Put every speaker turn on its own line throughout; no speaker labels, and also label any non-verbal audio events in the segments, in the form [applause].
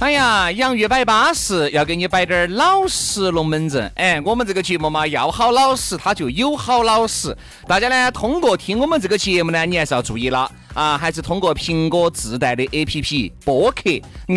哎呀，杨玉摆巴适，要给你摆点儿老实龙门阵。哎，我们这个节目嘛，要好老实，它就有好老实。大家呢，通过听我们这个节目呢，你还是要注意了啊，还是通过苹果自带的 APP 播客，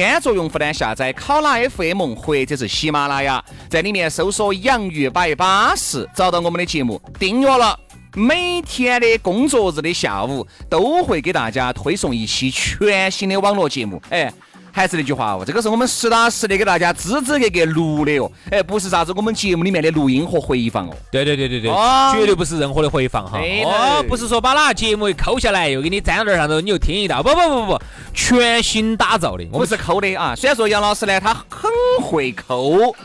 安卓用户呢下载考拉 FM 或者是喜马拉雅，在里面搜索“杨玉摆巴适”，找到我们的节目，订阅了。每天的工作日的下午都会给大家推送一期全新的网络节目。哎，还是那句话哦，这个是我们实打实的给大家支支格格录的哦。哎，不是啥子我们节目里面的录音和回放哦。
对对对对对，
哦
绝对不是任何的回放哈。
对
哦
头，
不是说把哪个节目一抠下来又给你粘到那儿上头，你又听一道。不不不不不，全新打造的。
我
我
们
们
是抠的啊，虽然说杨老师呢他很会抠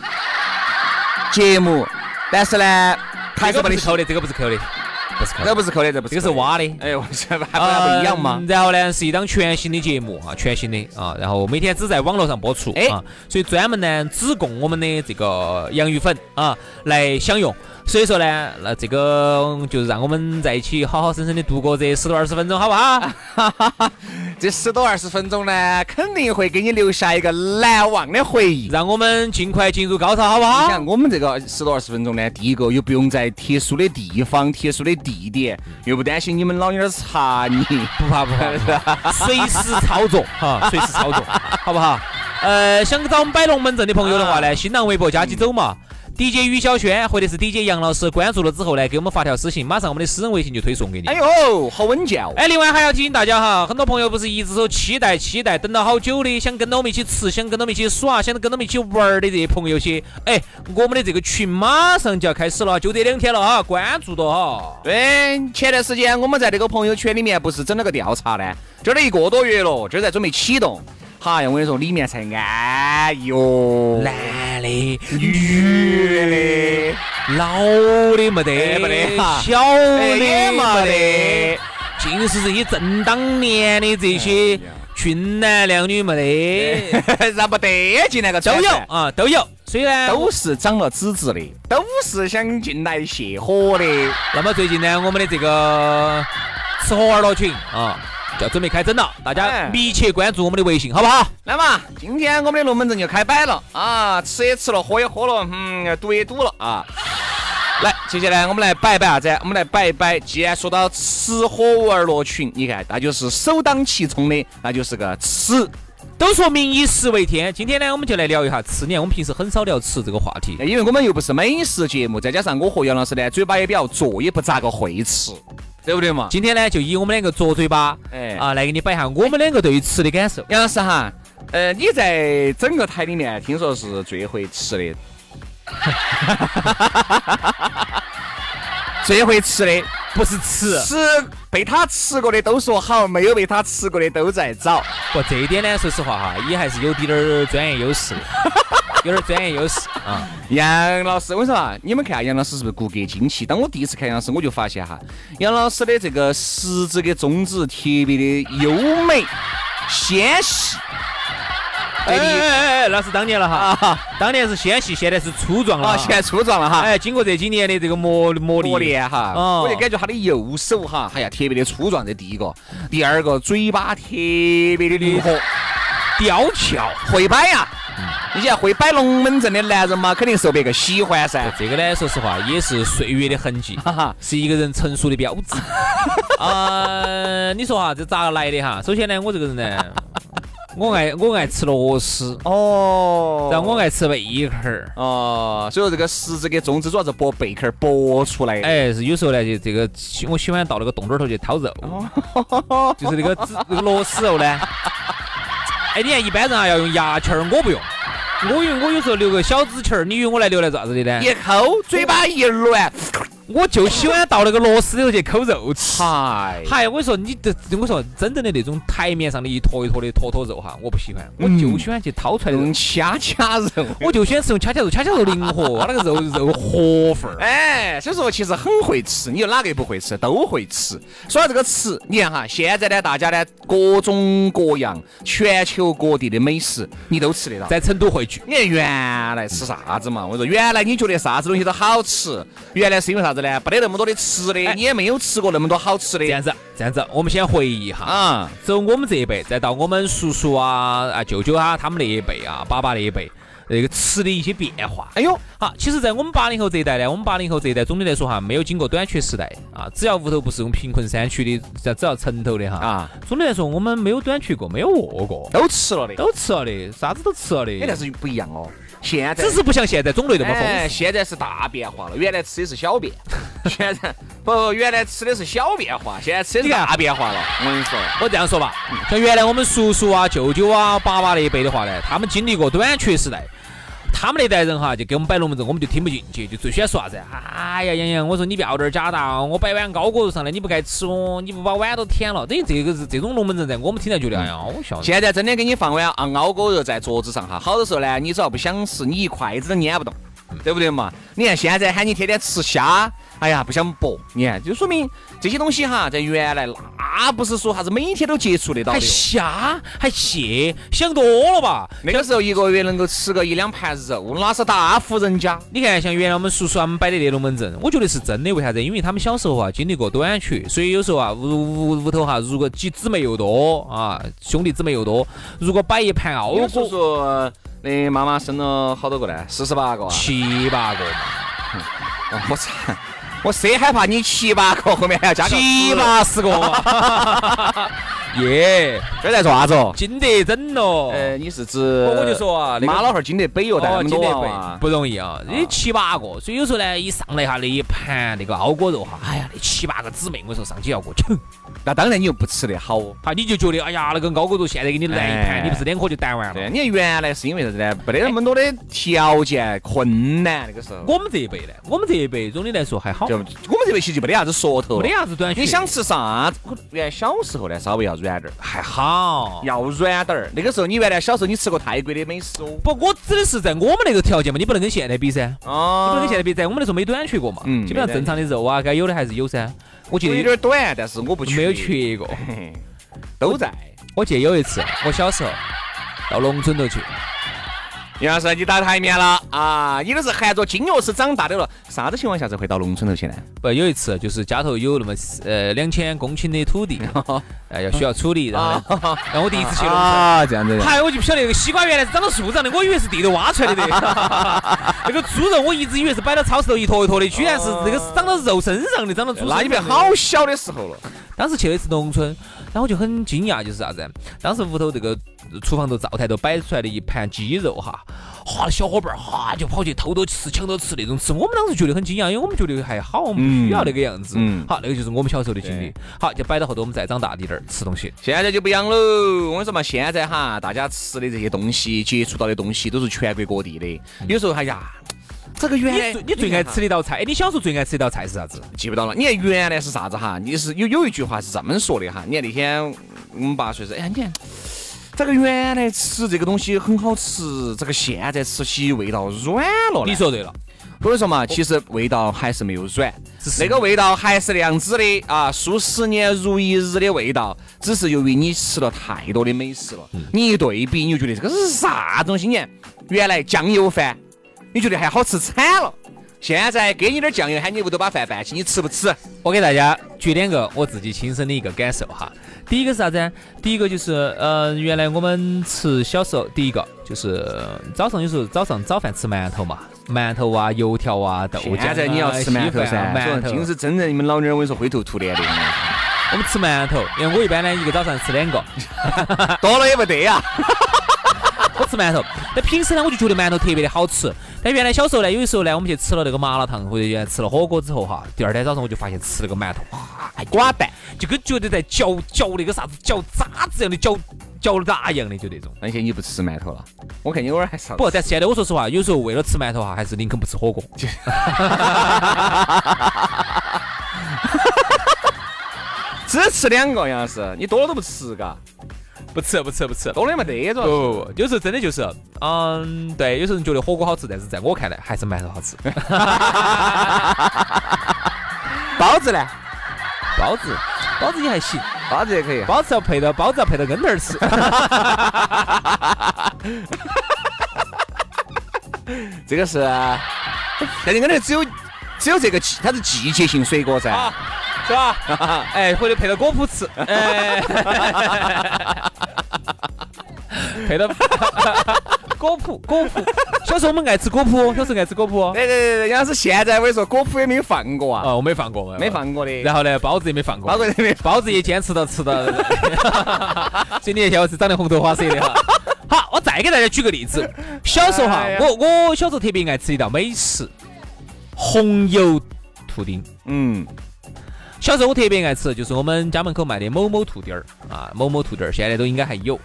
[laughs] 节目，但是呢还
这
是
个
不
不
得
是
抠，
抠的，这个不是抠的，不是抠
这
的，
不是抠的，这不呃是
这个是
抠的。
挖的。
哎，我这还不还不一样嘛
嗯？然后呢，是一档全新的节目啊，全新的啊，然后每天只在网络上播出
哎
啊，所以专门呢只供我们的这个洋芋粉啊来享用。所以说呢，那这个就是让我们在一起好好生生的度过这十多二十分钟，好不好？
这十多二十分钟呢，肯定会给你留下一个难忘的回忆。
让我们尽快进入高潮，好不
你
好？
想，我们这个十多二十分钟呢，第一个又不用在特殊的地方、特殊的地点，又不担心你们老娘儿查
[laughs]
你。
不怕不怕不怕，随时操 [laughs] 作哈，随时操作，好不好？呃，想找我们摆龙门阵的朋友的话呢，新浪微博加起走嘛。DJ 于小轩或者是 DJ 杨老师关注了之后呢，给我们发条私信，马上我们的私人微信就推送给你。
哎呦，好稳健哦！
哎，另外还要提醒大家哈，很多朋友不是一直说期待期待，等到好久的，想跟到我们一起吃，想跟到我们一起耍，想跟到我们一起玩儿的这些朋友些，哎，我们的这个群马上就要开始了，就这两天了哈，关注到哈。
对，哎前段时间我们在这个朋友圈里面不是整了个调查呢，这儿都一个多月了，这儿在准备启动。哈呀，我跟你说，里面才安逸哦，
男的、
女的，
老的没得，
哎没得哈
小的
哎也
没
没
得，尽是这些正当年的这些
哎呀哎
俊男靓女没得，
[laughs] 得，让不得进来个
都
圈子
有啊，都有。所以呢，
哎都是长了资质的，都是想进来泄火的。
那么最近呢，我们的这个吃喝玩乐群啊，就要准备开整了，大家
哎
密切关注我们的微信，好不好？
来嘛，今天我们的龙门阵就开摆了啊，吃也吃了，喝也喝了，嗯，赌也赌了啊。来，接下来我们来摆一摆啥子？我们来摆一摆。既然说到吃喝玩乐群，你看，那就是首当其冲的，那就是个吃。
都说民以食为天，今天呢，我们就来聊一下吃。你看，我们平时很少聊吃这个话题。
因为我们又不是美食节目，再加上我和杨老师呢，嘴巴也比较拙，也不咋个会吃，对不对嘛？
今天呢，就以我们两个拙嘴巴，
哎
啊，来给你摆一下我们两个对于吃的感受。
杨老师哈，呃，你在整个台里面听说是最会吃的， [laughs] 最会吃 [laughs] 的。
不是吃，
吃被他吃过的都说好，没有被他吃过的都在找。
不这一点呢，说实话哈，也还是有滴点儿专业优 [laughs] 势的，有点儿专业优势啊。
杨老师，我跟你说啊，你们看啊杨老师是不是骨骼惊奇？当我第一次看杨老师，我就发现哈，杨老师的这个食指跟中指特别的优美纤细。对
哎
你
哎哎，那是当年了哈，当年是纤细，现在是粗壮了哈。
啊，现在粗壮了哈，
哎，经过这几年的这个磨磨
磨
砺，
练哈，
哦
我就感觉他的右手哈，哎呀，特别的粗壮，这第一个，第二个嘴巴特别的灵活，
刁俏。
会摆呀。你想会摆龙门阵的男人嘛，肯定受别个喜欢噻。
这个呢，说实话也是岁月的痕迹， [laughs]
哈哈，
是一个人成熟的标 [laughs] 志。呃，你说哈，这咋来的哈？首先呢，我这个人呢，我爱我爱吃螺丝，
哦
然后我爱吃贝壳儿。
哦，所以说这个食指跟中指主要是剥贝壳儿剥出来的。
哎，是有时候呢，就这个喜我喜欢到那个洞洞儿头去掏肉，
哦
[laughs] 就是那个指那个螺丝肉呢。
[laughs]
哎，你看一般人啊要用牙签儿，我不用，我以为我有时候留个小指签儿，你以为我来留来做啥子的呢？
一抠，嘴巴一哎乱，
我就喜欢到那个螺丝里头去抠肉
[laughs]
吃。
嗨，
嗨，我跟你说，你这我说真正的那种台面上的一坨一坨的坨坨肉哈，我不喜欢，我就喜欢去掏出来的肉，
用掐掐肉。
我就喜欢吃用掐掐肉，掐掐肉灵
[laughs]
活，那个肉肉活份儿。
哎，所以说其实很会吃，你有哪个也不会吃，都会吃。说到这个吃，你看哈，现在呢，大家呢各种各样、全球各地的美食，你都吃得到。
在成都汇聚，
你看原来吃啥子嘛？我说原来你觉得啥子东西都好吃，原来是因为啥子？子呢？没得那么多的吃的，
哎
你也没有吃过那么多好吃的。
这样子，这样子，我们先回忆一下啊，
啊，
走我们这一辈，再到我们叔叔啊、啊舅舅啊他们那一辈啊、爸爸那一辈，那个吃的一些变化。
哎呦，
好，其实，在我们八零后这一代呢，我们八零后这一代总的来说哈，没有经过短缺时代啊，只要屋头不是用贫困山区的，只要只要城头的哈，
啊，
总的来说我们没有短缺过，没有饿过，
都吃了的，
都吃了的，啥子都吃了
哎，但
的，
是不一样哦。现在
只是不像现在种类那么丰
哎，
富。
现在是大变化了，原来吃的是小 [laughs] 便，现在不，原来吃的是小变化，现在吃的是
你看啊
大变化了。我跟你说，
我这样说吧，像原来我们叔叔啊、舅舅啊、爸爸那一辈的话呢，他们经历过短缺时代，他们那代人哈，就给我们摆龙门阵，我们就听不进去，就最喜欢说啥子？哎呀，杨洋，我说你不要点儿假的，我摆碗高锅肉上来，你不该吃哦，你不把碗都舔了，等于这个是这种龙门阵在我们听来觉得，哎呀，我笑死。
现在真的给你放碗啊熬锅肉在桌子上哈，好多时候呢，你只要不想吃，你一筷子都撵不动，
嗯
对不对嘛？你看现在喊你天天吃虾，哎呀不想搏，你看就说明这些东西哈，在原来那不是说啥子每天都接触得到的哦
还
哟。
虾还蟹，想多了吧？
那个时候一个月能够吃个一两盘肉，那是大户人家。
你看，像原来我们叔叔他们摆的那龙门阵，我觉得是真的。为啥子？因为他们小时候啊经历过短缺，所以有时候啊屋屋屋头哈，如果几姊妹又多啊，兄弟姊妹又多，如果摆一盘啊哦熬
我叔
锅
叔呃那妈妈生了好多个呢，四十八
[laughs]
个啊。
七八个嘛，
哦我操！我谁害怕你七八个，后面还要加个
七
十，
八十个嘛， [laughs] 耶，
这在做啥子哦？
经得整咯。
呃，你是指
哦我我就说啊，那个
妈老汉儿经得北哟，带那
哦，
么
经
多
得
娃
背
娃
不容易啊，
啊
这七八个，所以有时候呢，一上来哈那一盘那个熬锅肉哈，哎呀，那七八个姊妹，我说上去要过去。
那当然你又不吃得好哦。
啊，你就觉得哎呀，那个熬锅肉现在给你来一
哎
盘，你不是两颗就弹完
对，
了。
你看原来是因为啥子呢？没得那么多的条件困难，那个时候
我们这一辈呢，我们这一辈总的来说还好，
就我们这边其实就没得啥子说头
没
了
得。啥子短缺。
你想吃啥子？我原来小时候呢，稍微要软点儿，
还好，
要软点儿。那个时候你原来小时候你吃过泰国的美食哦。
不，我指的是在我们那个条件嘛，你不能跟现在比噻，你不
啊
能跟现在比，在我们那时候没短缺过嘛，
嗯
基本上正常的肉啊，该有的还是有噻。我记
有
得
一点短，但是我不缺，
没有，缺过，
都在。
我记得有一次我小时候到农村头去，
杨老师，你打台面了啊！你都是含着金钥匙长大的了，啥子情况下才会到农村头去呢？
不有一次就是家头有那么呃两千公顷的
[laughs]
土地，呃要需要处理，然后呢然后我第一次去农村。
啊，这样子的。
嗨，我就不晓得那个西瓜原来是长到树上的，我以为是地头挖出来的的。
[laughs]
那个猪肉我一直以为是摆到超市头一坨一坨的，居然是这个是长到肉身上的，长到猪身上
那
的。
你别好小的时候了，
当时去了一次农村，然后我就很惊讶，就是啥子？当时屋头这个厨房头、灶台头摆出来的一盘鸡肉哈，哈，小伙伴儿哈就跑去偷偷吃、抢着吃那种吃。我们当时觉得很惊讶，因为我们觉得还好，我们不需要那个样子。
嗯嗯
好，那个就是我们小时候的经历。好，就摆到后头我们再长大一点儿吃东西。
现在就不一样喽。我跟你说嘛，现在哈，大家吃的这些东西，接触到的东西都是全国各地的。有时候，哎呀，这个原来
你最你最爱吃的一道菜，哎，你小时候最爱吃的一道菜是啥子？
记不到了。你看原来是啥子哈？你是有有一句话是这么说的哈。你看那天我们爸说是，哎呀，你看这个原来吃这个东西很好吃，这个现在吃起味道软了。
你，说对了。
我跟你说嘛，其实味道还是没有软，
只是
那个味道还是那样子的啊，数十年如一日的味道。只是由于你吃了太多的美食了，
嗯
你一对比，你就觉得这个是啥东西？你看原来酱油饭，你觉得还好吃惨了。现在给你点酱油，喊你屋头把饭拌起，你吃不吃？
我给大家举两个我自己亲身的一个感受哈。第一个是啥子呢？第一个就是，呃，原来我们吃小时候，第一个就是呃早上有时候早上早饭吃馒头嘛，馒头啊、油条啊、豆浆、啊、
现在你要吃馒头
稀饭
噻，
啊
说
馒头。
尽是真正你们老娘儿，我跟你说灰头土脸的，
[laughs] 我们吃馒头，因为我一般呢一个早上吃两个，
多了也不得啊呀。
我吃馒头。但平时呢，我就觉得馒头特别的好吃。但原来小时候呢，有的时候呢，我们去吃了那个麻辣烫或者原来吃了火锅之后哈，第二天早上我就发现吃了个馒头，哇，
寡淡，
就跟觉得在嚼嚼那个啥子嚼渣子一样的嚼嚼蜡一样的，就那种。
那些你不吃馒头了？我看你偶尔还少。
不，但是现在我说实话，有时候为了吃馒头哈，还是宁肯不吃火锅。
只吃两个，杨老师，你多了都不吃，嘎，
不吃，不吃，不吃。
多了也没得， [laughs] 主
不
要是。
不不，有时候真的就是，嗯，对，有时候人觉得火锅好吃，但是在我看来还是馒头好吃。
包子呢？
包子，包子也还行，
包子也可以。
包子要配到包子要配到跟头儿吃。
啊哎这个是，但是可能只有只有这个季它是季节性水果噻。
啊，是吧？哎，或者配到果脯吃，哎，配到果脯果脯。小时候我们爱吃果脯，小时候爱吃果脯。
对对对对，要是现在我跟你说，果脯也没有放过啊，
啊，我没放过，呃
没。放过的。
然后呢，包子也没放过，
包括这边
包子也坚持到吃到， [laughs] 所以你看我是长得红头花
[laughs]
色的哈。好，我再给大家举个例子，小时候哈
哎呀，
我我小时候特别爱吃一道美食，红油兔丁。
嗯，
小时候我特别爱吃，就是我们家门口卖的某某兔丁儿啊，某某兔丁儿，现在都应该还有。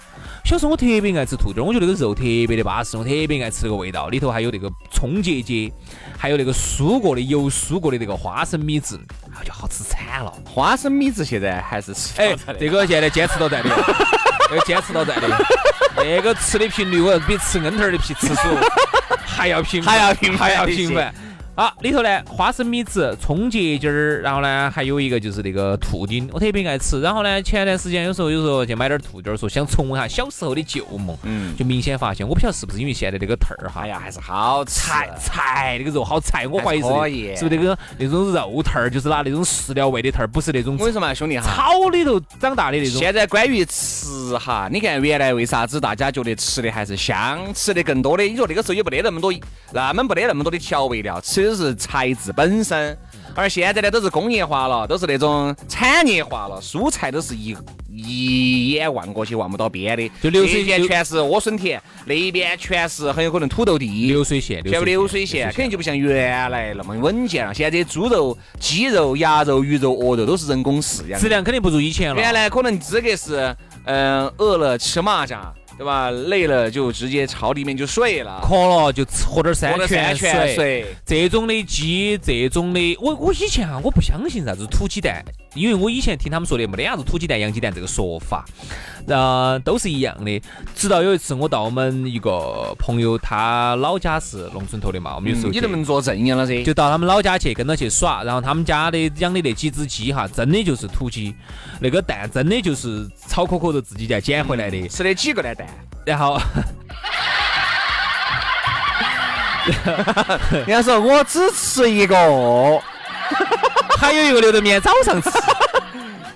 小时候我特别爱吃兔丁儿，我觉得那个肉特别的巴适，我特别爱吃那个味道，里头还有那个葱结节，还有那个酥过的油酥过的那个花生米汁，哎呀，好吃惨了。
花生米子现在还是吃
哎
到的，
这个现在坚持到在
[laughs]
的，这个坚持到在的，那个吃的频率我要比吃恩头儿的皮吃素还要频繁，
还要频繁
还要
一些
频繁。啊，里头呢，花生米子、葱节节儿，然后呢，还有一个就是那个兔丁，我特别爱吃。然后呢，前段时间有时候有时候去买点兔丁儿，说想重温一下小时候的旧梦，
嗯，
就明显发现，我不晓得是不是因为现在那个兔儿哈，
哎呀，还是好吃。
菜菜那个肉好菜，我怀疑是
还可
的
以
是不是那个那种肉兔儿，就是拿那种饲料喂的兔儿，不是那种
我跟你说嘛，啊兄
啊
弟哈，
草里头长大的那种。
现在关于吃哈，你看原来为啥子大家觉得吃的还是香，吃的更多的？你说那个时候也没得那么多，那么没得那么多的调味料，吃的是材质本身。而现在呢，都是工业化了，都是那种产业化了，蔬菜都是一一眼望过去望不到边的，
就流水
这一边
流
全是莴笋田，那一边全是很有可能土豆地，
流水线，
全部流水线，肯定就不像原来那么稳健了。现在猪肉、鸡肉、鸭肉、鱼肉、鹅肉都是人工饲养
质
的。
量肯定不如以前了。
原来可能资格是，嗯、饿了吃蚂蚱，对吧？累了就直接朝里面就睡了，
渴了就吃喝
喝
点山
了
泉
山泉水。
这种的鸡，这种的，我我以前啊，我不相信啥子土鸡蛋，因为我以前听他们说的没得啥子土鸡蛋、洋鸡蛋这个说法，呃，都是一样的。直到有一次我到我们一个朋友，他老家是农村头的嘛，我们有时候
嗯你
去
能不能做正样了噻？
就到他们老家去跟着去耍，然后他们家的养的那几只鸡哈，真的就是土鸡，那个蛋真的就是草壳壳头自己家捡回来的，
吃了几个呢蛋？
然后
[laughs] 人家说我只吃一个，
还有一个留到明天早上吃，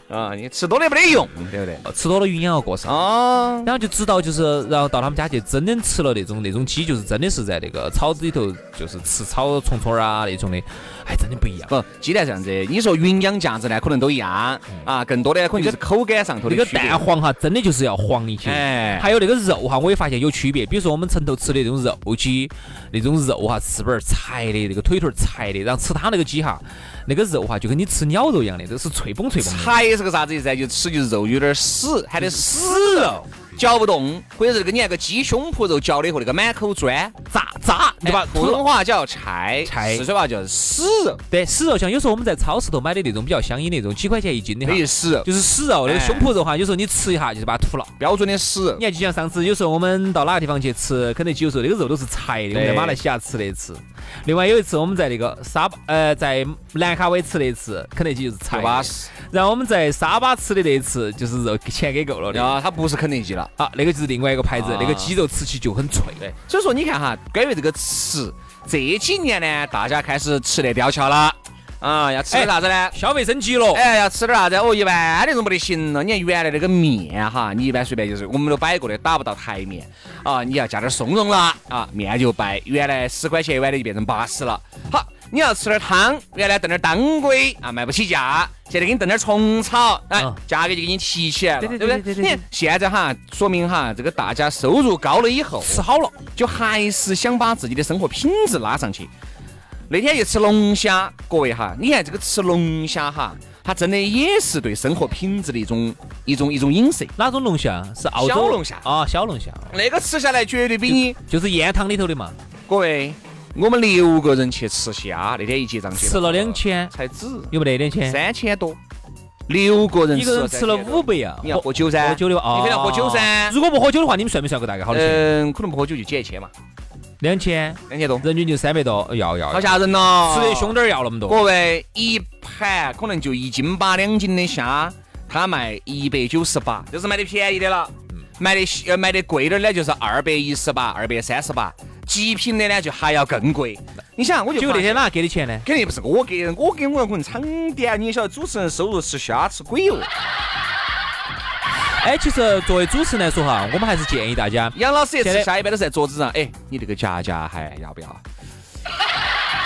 [laughs] 啊，你吃多了没得用，对不对？
吃多了营养要过剩。
啊，
然后就知道，就是然后到他们家去，真的吃了那种那种鸡，就是真的是在那个草子里头，就是吃草虫虫儿啊那种的，哎，真的不一样。
不，鸡蛋这样子，你说营养价值呢，可能都一样啊，更多的可能就是口感上头的
那个
区别
蛋黄哈，真的就是要黄一些。
哎，
还有那个肉哈，我也发现有区别。比如说我们城头吃的那种肉鸡，那种肉哈，翅膀儿柴的，那个腿腿儿柴的，然后吃它那个鸡哈，那个肉哈啊就跟你吃鸟肉一样的，都是脆嘣脆嘣的。
柴是个啥子意思呢？就吃就肉有点死，还得死，
死肉
嚼不动，或者是跟你那个鸡胸脯肉嚼的以后那个满口砖，
炸炸，对
对吧
吧？？
哎普通话叫柴，
柴
四川话叫死肉，
对，死肉像有时候我们在超市头买的那种比较香烟那种，几块钱一斤的哈
等，于死肉，
就是死肉，那个
哎
胸脯肉哈，有时候你吃一下就是把它吐了。
标准的死肉
你。看，就像上次有时候我们到哪个地方去吃肯德基，有时候那个肉都是柴的，我们在
对
马来西亚吃的一次。另外有一次我们在那个沙巴，呃，在兰卡威吃的一次肯德基就是柴
对
的
吧？是
然后我们在沙巴吃的那一次就是肉钱给够了的
然。后它不是肯德基了，
啊，那个就是另外一个牌子，
啊
那个鸡肉吃起就很脆。
对。所以说你看哈，关于这个吃，这几年呢，大家开始吃得刁巧了，啊，要吃
哎
点啥子呢？
消费升级了，
哎，要吃点啥子？哦，一般那种没得行了。你看原来那个面哈，你一般随便就是我们都摆过的，打不到台面啊。你要加点松茸啦啊，面就掰。原来十块钱一碗的就变成八十了。好，你要吃点汤，原来炖点当归啊，卖不起价，现在给你炖点虫草，哎
嗯，
价格就给你提起来了，
对对
不
对对对
你
对
看现在哈，说明哈，这个大家收入高了以后，啊
吃好了，
就还是想把自己的生活品质拉上去。那天去吃龙虾，各位哈，你看这个吃龙虾哈，它真的也是对生活品质的一种一种一种影射。
哪种龙虾？是澳洲
小龙虾
啊，小龙虾，
那个吃下来绝对比你
就是燕汤里头的嘛，
各位，我们六个人去吃虾，那天一结账去
吃了两，千，
才只
有没得两千？
三千多，六个人
一个人吃了
3000
五
多，
倍啊！
你要喝酒噻，
喝酒的话，
你肯定要喝酒噻
哦如果不喝酒的话，你们算不算个大概好的钱？
嗯，可能不喝酒就减一千嘛，
两千，
两千多，
人均就三百多，要要。
好
要
吓人哦，
吃的凶点儿要那么多。
各位，一盘可能就一斤八两斤的虾，它卖一百九十八，嗯这是买的便宜的了。买的呃买的贵点儿呢，就是二百一十八、二百三十八。极品的呢就还要更贵。你想，我就
结果
发
那
现
天哪个给的钱呢？
肯定不是我给，我给我可能场点，你也晓得主持人收入吃虾吃鬼哦 [laughs] 哟。
哎，其实作为主持人来说哈，我们还是建议大家，
杨老师一
现
吃
在
虾一般都是在桌子上，哎，你这个夹夹还要不要？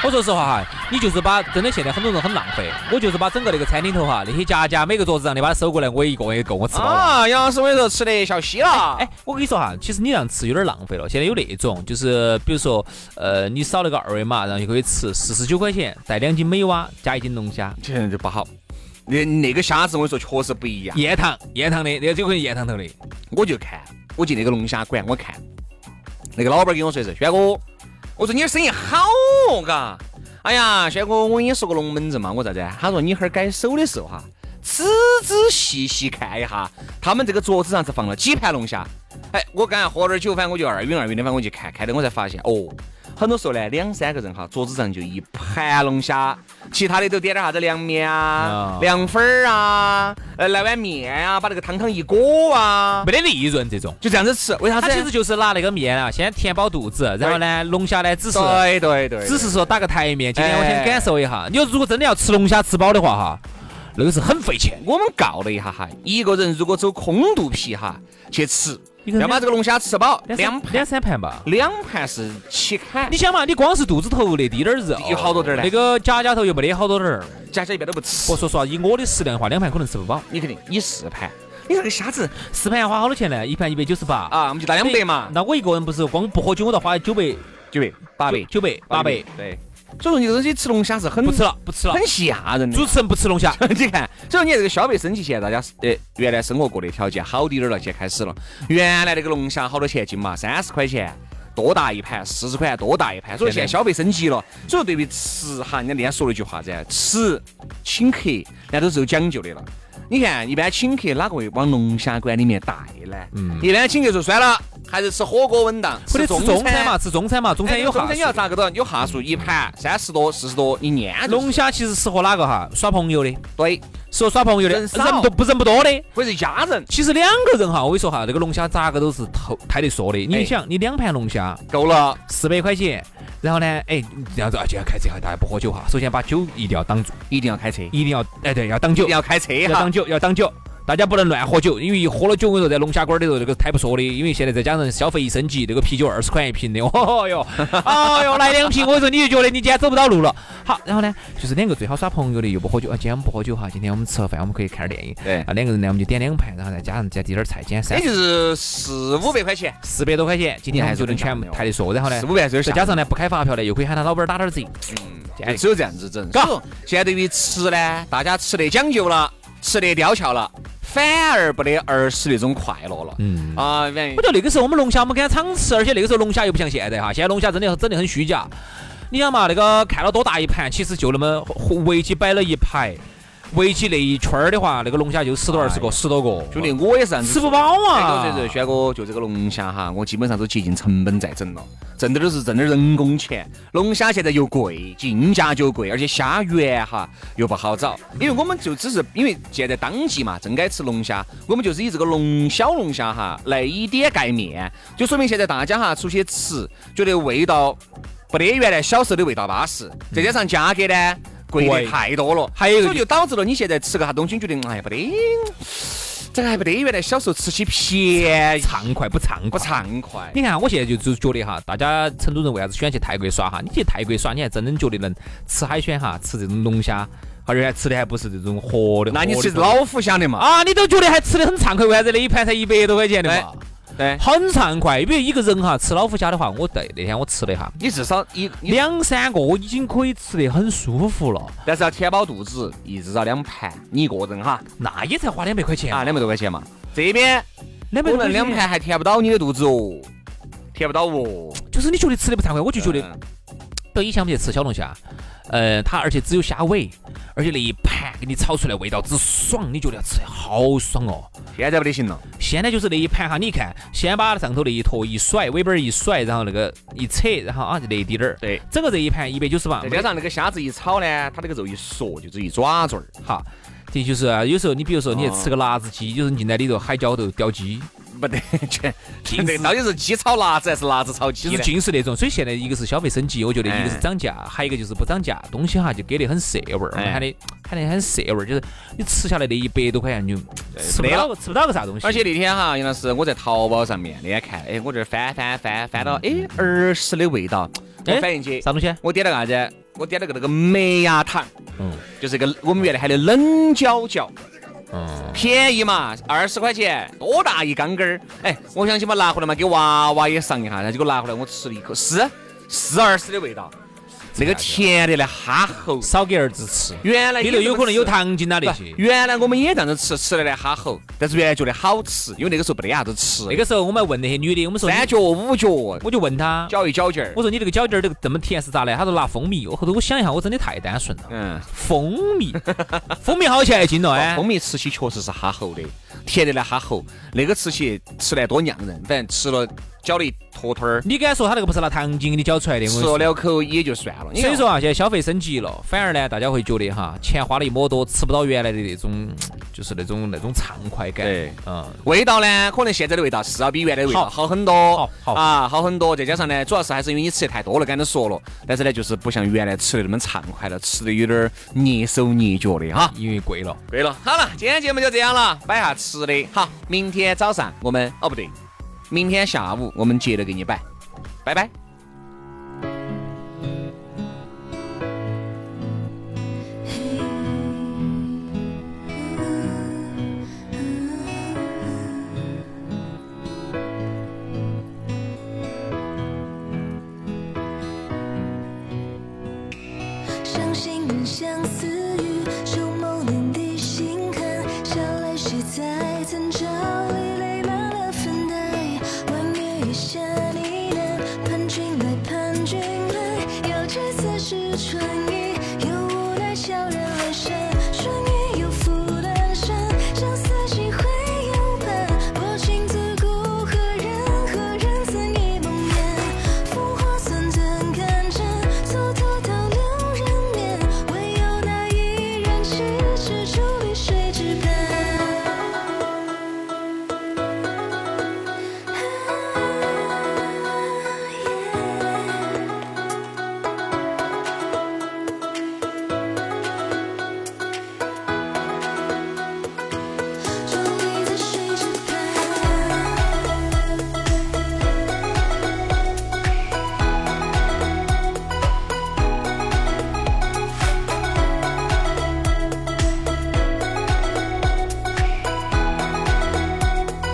我说实话哈，你就是把真的现在很多人很浪费，我就是把整个那个餐厅头哈那些夹夹每个桌子上的把它收过来，我一个也够我吃饱了。
啊，杨老师我跟你说吃得小稀了。
哎，我跟你说哈，其实你这样吃有点浪费了。现在有那种，就是比如说，呃，你扫了个二维码，然后就可以吃，四十九块钱带两斤美蛙加一斤龙虾，
现在就不好。那那个虾子，我跟你说确实不一样。
燕塘燕塘的，那个就可以燕塘头的。
我就看，我进那个龙虾馆，我看那个老板跟我说是轩哥，我说你的生意好哦，嘎。哎呀，轩哥，我跟你说个龙门阵嘛，我咋子啊？他说你哈儿改手的时候哈，仔仔细细看一下，他们这个桌子上是放了几盘龙虾。哎，我刚才喝点酒，反正我就二晕二晕的，反正我去看，看的我才发现哦，很多时候呢，两三个人哈，桌子上就一盘龙虾，其他的都点点啥子凉面啊
啊、
凉粉儿啊，呃，来碗面啊，把那个汤汤一裹啊，
没得利润这种。
就这样子吃，为啥
它
子？
其实就是拿那个面啊，先填饱肚子，然后呢，龙虾呢只是
对对对，
只是说打个台面。今天我
哎
先感受一下，你说如果真的要吃龙虾吃饱的话哈，那个是很费钱。
我们告了一下哈，一个人如果走空肚皮哈去吃，
一个
要
人
把这个龙虾吃饱，两
两
盘
两三盘吧。
两盘是起砍
你，想嘛，你光是肚子头那滴点儿肉，
有好多点儿呢
那个夹夹头又没得好多点儿。
加起来一般都不吃
我，说实话，以我的食量的话，两盘可能吃不饱。
你肯定你四盘，你这个虾子
四盘要花好多钱呢？一盘一百九十八哎
啊，我们就打两百嘛，
那我一个人不是光不喝酒，我都花九百
九百八百哎
九百八百。，
对，所以说你这个东西吃龙虾是很
不吃了，不吃了。
很吓人的
主。持人不吃龙虾，
[laughs] 你看，所以说你看这个消费升级，现在大家呃原来生活过得条件好滴点儿了，现在开始了。原来那个龙虾好多钱一斤嘛？三十块钱。多大一盘，四十块钱多大一盘，所以现在消费升级了。所以说对于吃哈，人家那天说了一句话噻，吃请客那都是有讲究的了。你看，一般请客哪个会往龙虾馆里面带呢？
嗯
一般请客说算了，还是吃火锅稳当，
或者吃中餐嘛，。吃中餐嘛，中
中餐
餐有哈
中餐你要
数。
咋个都有哈数，一盘三十多、四十多，你撵就是
龙虾其实适合哪个哈？耍朋友的，
对，
适合耍朋友的，
人少
人都不人不多的。
或者是一家人
其实两个人哈，我跟你说哈，这个龙虾咋个都是头太得说的。
哎
你想，你两盘龙虾
够了。
四百块钱，然后呢，哎，然后啊就要开始哈，大家不喝酒哈。首先把酒一定要挡住，
一定要开车，
一定要哎对，要挡
一
酒
定，要开车
要
哈
挡。酒，要挡酒。大家不能乱喝酒，因为一喝了酒，我跟你说，在龙虾馆儿里头，这个太不说的。因为现在再加上消费一升级，这个啤酒二十块一瓶的，哦哟，哦哟，来两瓶，我跟你说你就觉得你今天走不到路了。好，然后呢，就是两个最好耍朋友的，又不喝酒啊。今天我们不喝酒哈，今天我们吃了饭，我们可以看点电影。
对
[laughs] 啊，两个人呢，我们就点两盘，然后再加上再点点菜，今天三
也就是四五百块钱，
四百多块钱，今
你
天
还
我们
是
就能
很
全
大
部
的哦
抬得说。然后呢
四，五百就是
再加上呢不开发票呢，又可以喊他老板儿打点儿折。
嗯，只有这样子整。嘎，现在对于吃呢，大家吃得讲究了，吃得刁巧了，反而不得儿时那种快乐了。
嗯。
啊，反正
我觉得那个时候我们龙虾我们赶场吃，而且那个时候龙虾又不像现在哈，现在龙虾真的真的很虚假。你想嘛，那个看了多大一盘，其实就那么围起摆了一排，围起那一圈儿的话，那个龙虾就十多二十
哎
个，十多个，
兄弟，我也是这样子
吃不饱啊
哎，对对对，。轩哥，就这个龙虾哈，我基本上都接近成本在整了，挣的都是挣的人工钱。龙虾现在又贵，进价就贵，而且虾源哈又不好找，因为我们就只是因为现在当季嘛，正该吃龙虾，我们就是以这个龙小龙虾哈来以点盖面，就说明现在大家哈出去吃，觉得味道不得原来小时候的味道巴适，再加上价格呢。贵的
贵
太多了，
还有一个
所以就导致了你现在吃个啥东西，你觉得哎不得这个还不得原来小时候吃起便宜，
畅快不畅快？
不畅快。
你看，我现在就就觉得哈，大家成都人为啥子喜欢去泰国耍哈？你去泰国耍，你还真的觉得能吃海鲜哈，吃这种龙虾，而且还吃的还不是这种活的。
那你
活的
吃老虎虾的嘛？
啊，你都觉得还吃的很畅快，为啥子那一盘才一百多块钱的
哎
嘛？
对，
很畅快。因为一个人哈吃老虎虾的话，我在那天我吃了一下，
你至少一，你
两三个我已经可以吃得很舒服了，
但是要填饱肚子，一至少两盘，你一个人哈，
那也才花两百块钱
啊，，两百多块钱嘛。这边
两百
可
多块
能
钱
两盘还填不到你的肚子哦，填不到哦。
就是你觉得吃的不畅快，我就觉得，
嗯
对，以前我们去吃小龙虾，呃，它而且只有虾尾，而且那一盘给你炒出来味道之爽，你觉得吃的好爽哦。
现在不得行了，
现在就是那一盘哈，你看，先把上头那一坨一甩，尾巴儿一甩，然后那个一扯，然后啊就那一滴点儿，
对。
整个这一盘一百九十八，
再加上那个虾子一炒呢，它那个肉一嗦，就只一爪爪儿。哦
哈，这就是啊有时候你比如说你去吃个辣子鸡，有人进来里头海椒头叼鸡，
不得全全对，到底是鸡炒辣子还是辣子炒鸡
就
呢？
是尽是那种，所以现在一个是消费升级，我觉得
哎
一个是涨价，还有一个就是不涨价，东西哈就给得很涩味儿，我
哎
们喊的喊得很涩味儿，就是你吃下来那一百多块钱你就吃不
没
到吃不到个啥东西，
而且那天哈，杨老师，我在淘宝上面那天看，哎，我这儿翻翻翻翻到，哎，儿时的味道，我
嗯哎
反应去，
啥东西？
我点了个啥子？我点了个那个麦芽糖，
嗯
就是个我们原来喊的冷椒角，
嗯，
便宜嘛，二十块钱，多大一缸根儿？哎，我想起嘛，拿回来嘛，给娃娃也尝一下，然后结果拿回来我吃了一口，是是儿时的味道，那个甜的嘞，哈喉。
少给儿子吃，
原来也
里头
这么
有可能有
吃
糖精啊那
不
些。
原来我们也这样子吃，吃的呢哈吼，但是原来觉得好吃，因为那个时候没得啥子吃，
那个时候我们还问那些女的，我们说你
三角五角，
我就问她，
搅一搅劲儿
我。说你这个饺子儿这个这么甜是咋的？她说拿蜂蜜。我后头我想一下，我真的太单纯了。
嗯，
蜂蜜，蜂蜜好钱一斤了哎
哦蜂，蜜吃起确实是哈喉的，甜的呢哈喉，那个吃起吃来多酿人，反正吃了搅了一坨坨儿，
你敢说他那个不是拿糖精给你搅出来的？我跟你
吃
说
了啊两口也就算了。你
所以
看
说啊，现在消费升级了，反而呢，大家会觉得哈，钱花了一么多，吃不到原来的那种，就是那种那种畅快感。
对
嗯，
味道呢，可能现在的味道是要比原来的味道
好
好很多
好，好
啊，好很多。再加上呢，主要是还是因为你吃的太多了，刚才说了，但是呢，就是不像原来吃的那么畅快了，吃的有点儿捏手捏脚的哈。
因为贵了。
对了，好了，今天节目就这样了，摆下吃的。好，明天早上我们哦不对，明天下午我们接着给你摆，拜拜。
伤心人相思雨，数某年的心寒，笑来谁在曾朝里泪满了粉黛，弯月一下呢喃，盼君来盼君来，遥知此时春意，又无奈悄然阑珊，春意又复阑珊，相思几回又盼，我情自古何人何人曾一梦魇，烽火算怎堪称，蹉跎到流人面，唯有那一人弃之处比谁之畔。啊耶伫立在水之畔，水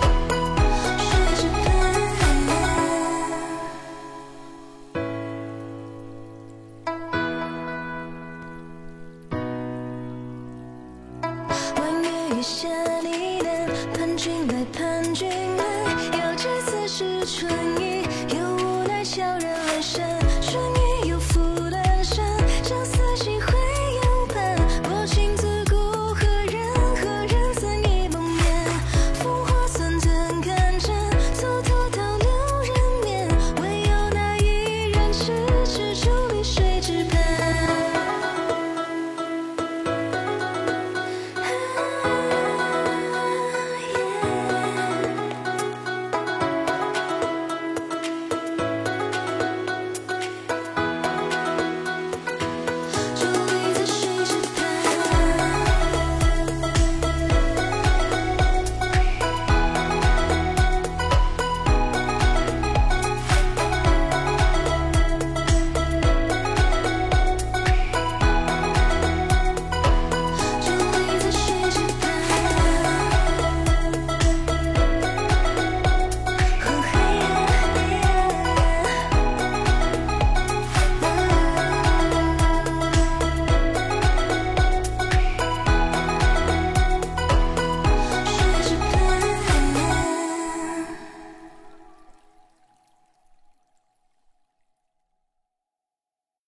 之畔。弯月一下呢喃，盼君来，盼君来，遥知此时春意，又无奈悄然阑珊。春啊